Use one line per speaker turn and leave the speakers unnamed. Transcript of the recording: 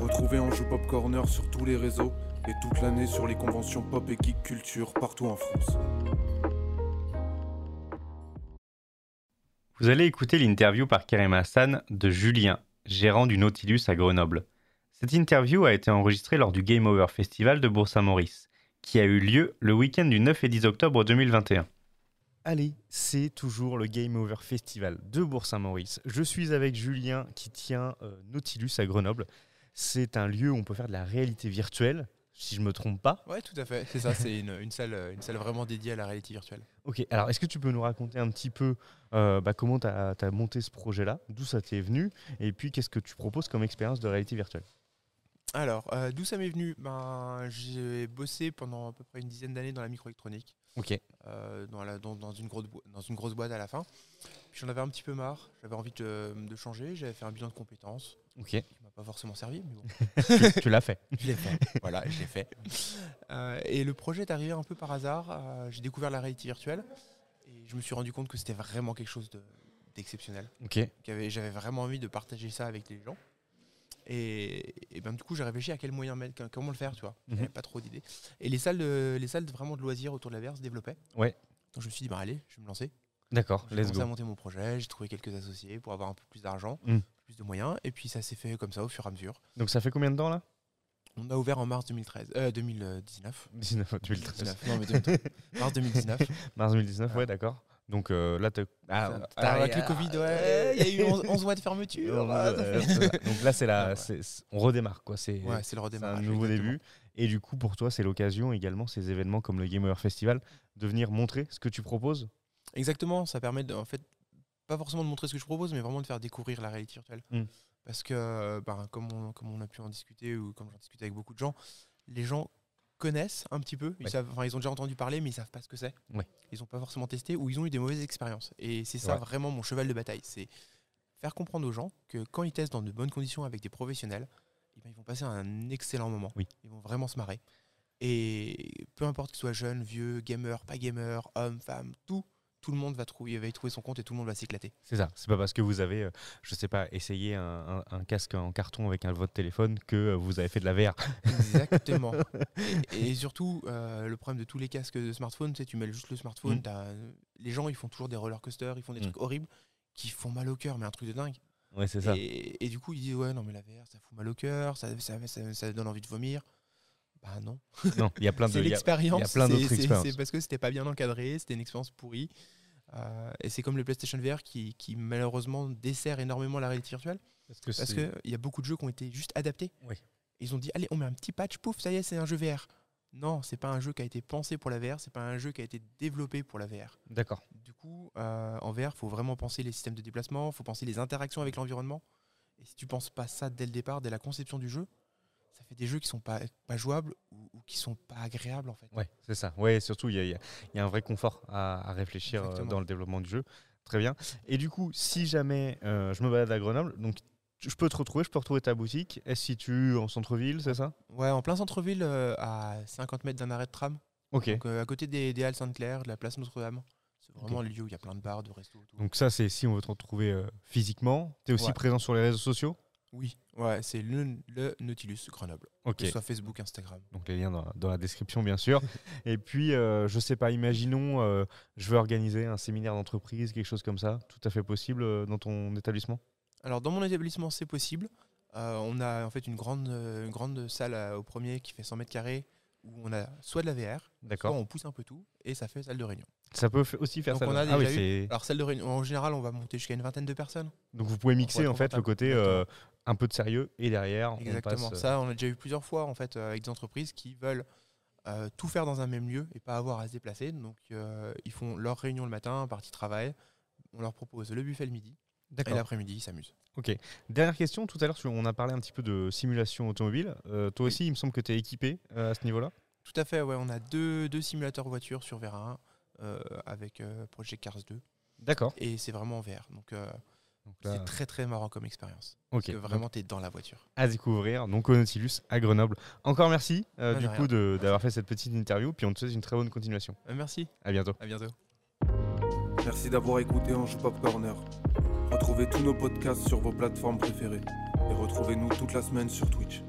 Retrouvez Anjou Pop Corner sur tous les réseaux et toute l'année sur les conventions pop et geek culture partout en France.
Vous allez écouter l'interview par Karim Hassan de Julien, gérant du Nautilus à Grenoble. Cette interview a été enregistrée lors du Game Over Festival de Bourg-Saint-Maurice, qui a eu lieu le week-end du 9 et 10 octobre 2021.
Allez, c'est toujours le Game Over Festival de Bourg-Saint-Maurice. Je suis avec Julien qui tient euh, Nautilus à Grenoble. C'est un lieu où on peut faire de la réalité virtuelle, si je ne me trompe pas.
Ouais, tout à fait. C'est ça, c'est une, une salle, euh, une salle vraiment dédiée à la réalité virtuelle.
Ok, alors est-ce que tu peux nous raconter un petit peu euh, bah, comment tu as, monté ce projet-là, d'où ça t'est venu, et puis qu'est-ce que tu proposes comme expérience de réalité virtuelle
Alors, euh, d'où ça m'est venu ben, J'ai bossé pendant à peu près une dizaine d'années dans la microélectronique,
Ok.
euh, dans, la- dans- dans une grosse boi- dans une grosse boîte à la fin. Puis j'en avais un petit peu marre, j'avais envie de, de changer, j'avais fait un bilan de compétences
Ok.
qui m'a pas forcément servi, mais bon.
tu, tu l'as fait.
Je l'ai fait. voilà, je l'ai fait. Euh, et le projet est arrivé un peu par hasard. Euh, j'ai découvert la réalité virtuelle et je me suis rendu compte que c'était vraiment quelque chose de- d'exceptionnel.
Ok.
Qu'avait- J'avais vraiment envie de partager ça avec les gens. Et, et ben du coup, j'ai réfléchi à quel moyen mettre, qu'un- comment le faire, tu vois. J'avais
Mhm.
pas trop d'idées. Et les salles, de, les salles de- vraiment de loisirs autour de la VR se développaient.
Ouais.
Donc je me suis dit, bah allez, je vais me lancer.
D'accord,
J'ai
let's
commencé
go.
à monter mon projet, j'ai trouvé quelques associés pour avoir un peu plus d'argent,
Mm.
plus de moyens. Et puis ça s'est fait comme ça au fur et à mesure.
Donc ça fait combien de temps là
On a ouvert en mars 2013, euh, 2019.
19, 2013.
2019, non, mais 2013. mars 2019.
Mars 2019, ouais, d'accord. Donc euh, là, Ah. t'as-
Putain,
Ah,
avec le Covid, ouais, il y a eu 11, mois de fermeture. ah, ça
Euh,
fait-
c'est ça. Donc là, c'est la,
Ouais.
c'est- c'est- on redémarre quoi. C'est
ouais, c'est le
c'est un
redémarrage.
nouveau
exactement.
début. Et du coup, pour toi, c'est l'occasion également ces événements comme le Game Over Festival de venir montrer ce que tu proposes.
Exactement, ça permet de, en fait, pas forcément de montrer ce que je propose, mais vraiment de faire découvrir la réalité virtuelle.
Mm.
Parce que, euh, ben, comme, on, comme on a pu en discuter, ou comme j'en discute avec beaucoup de gens, les gens connaissent un petit peu, ils,
Ouais.
savent, enfin, ils ont déjà entendu parler, mais ils savent pas ce que c'est.
Ouais.
Ils ont pas forcément testé, ou ils ont eu des mauvaises expériences. Et c'est ça
Ouais.
vraiment mon cheval de bataille, c'est faire comprendre aux gens que quand ils testent dans de bonnes conditions avec des professionnels, eh ben, ils vont passer un excellent moment.
Oui.
Ils vont vraiment se marrer. Et peu importe qu'ils soient jeunes, vieux, gamer, pas gamer, homme, femme, tout, tout le monde va, trouver, va y trouver son compte et tout le monde va s'éclater.
C'est ça. C'est pas parce que vous avez, euh, je sais pas, essayé un, un- un casque en carton avec un, votre téléphone que euh, vous avez fait de la VR.
Exactement. et, et surtout, euh, le problème de tous les casques de smartphone, c'est que tu mets juste le smartphone,
Mm.
t'as- les gens ils font toujours des roller coasters, ils font des
Mm.
trucs horribles qui font mal au cœur, mais un truc de dingue.
Ouais, c'est ça.
Et, et du coup, ils disent ouais, non mais la VR, ça fout mal au cœur, ça, ça- ça- ça donne envie de vomir. Bah non.
Non, il y a plein de.
C'est
il y a-
l'expérience.
il y a plein
c'est-
d'autres
c'est-
expériences.
C'est parce que c'était pas bien encadré, c'était une expérience pourrie. Euh, et c'est comme le PlayStation VR qui, qui malheureusement dessert énormément la réalité virtuelle
Parce que
parce
c'est-
qu'il y a beaucoup de jeux qui ont été juste adaptés.
Oui.
Ils ont dit allez, on met un petit patch, pouf, ça y est, c'est un jeu VR. Non, c'est pas un jeu qui a été pensé pour la VR, c'est pas un jeu qui a été développé pour la VR.
D'accord.
Du coup, euh, en VR, faut vraiment penser les systèmes de déplacement, faut penser les interactions avec l'environnement. Et si tu penses pas ça dès le départ, dès la conception du jeu, ça fait des jeux qui sont pas, pas jouables ou, ou qui sont pas agréables en fait.
Ouais, c'est ça. Ouais, surtout, il y a, il y a- il y a un vrai confort à, à réfléchir euh,
Exactement.
dans le développement du jeu. Très bien. Et du coup, si jamais euh, je me balade à Grenoble, donc tu- je peux te retrouver, je peux retrouver ta boutique. Est-ce que tu en centre-ville, c'est ça
Ouais, en plein centre-ville, euh, à 50 mètres d'un arrêt de tram,
Ok.
donc, euh, à côté des, des Halles Sainte-Claire, de la place Notre-Dame. C'est vraiment le lieu où il y a plein de bars, de restos. Tout.
Donc ça, c'est si on veut te retrouver euh, physiquement. Tu es aussi
Ouais.
présent sur les réseaux sociaux
oui, ouais, c'est le, le Nautilus Grenoble,
Ok.
que ce soit Facebook, Instagram.
Donc les liens dans, dans la description, bien sûr. Et puis, euh, je sais pas, imaginons, euh, je veux organiser un séminaire d'entreprise, quelque chose comme ça. Tout à fait possible euh, dans ton établissement
Alors dans mon établissement, c'est possible. Euh, on a en fait une grande, euh, une grande salle euh, au premier qui fait 100 mètres carrés où on a soit de la VR, soit
D'accord.
on pousse un peu tout et ça fait salle de réunion.
Ça peut f- aussi faire
Donc
ça.
on
là.
a
ah oui,
déjà eu-
c'est-
Alors salle de réunion, en général, on va monter jusqu'à une vingtaine de personnes.
Donc vous pouvez mixer
être
en fait le
confortable.
côté euh, un peu de sérieux et derrière
Exactement.
on passe. euh,
Ça, on a déjà eu plusieurs fois en fait euh, avec des entreprises qui veulent euh, tout faire dans un même lieu et pas avoir à se déplacer. Donc euh, ils font leur réunion le matin, partie travail. On leur propose le buffet le midi et
D'accord.
l'après-midi ils s'amusent.
Dernière question, tout à l'heure tu- on a parlé un petit peu de simulation automobile. Euh, toi
Oui.
aussi, il me semble que tu es équipé euh, à ce niveau-là.
Tout à fait. Ouais, on a deux, deux simulateurs voitures sur VR1 euh, avec euh, Project Cars 2
D'accord.
et c'est vraiment en VR. Donc euh,
Donc là,
c'est très très marrant comme expérience.
ok.
Parce que
vraiment
vraiment t'es dans la voiture.
à découvrir. Donc au Nautilus à Grenoble. Encore merci euh,
Ah, de
du
rien.
coup de- d'avoir fait cette petite interview. Puis on te souhaite une très bonne continuation.
Euh, merci.
À bientôt.
À bientôt.
Merci d'avoir écouté Anjou Pop Corner. Retrouvez tous nos podcasts sur vos plateformes préférées et retrouvez-nous toute la semaine sur Twitch.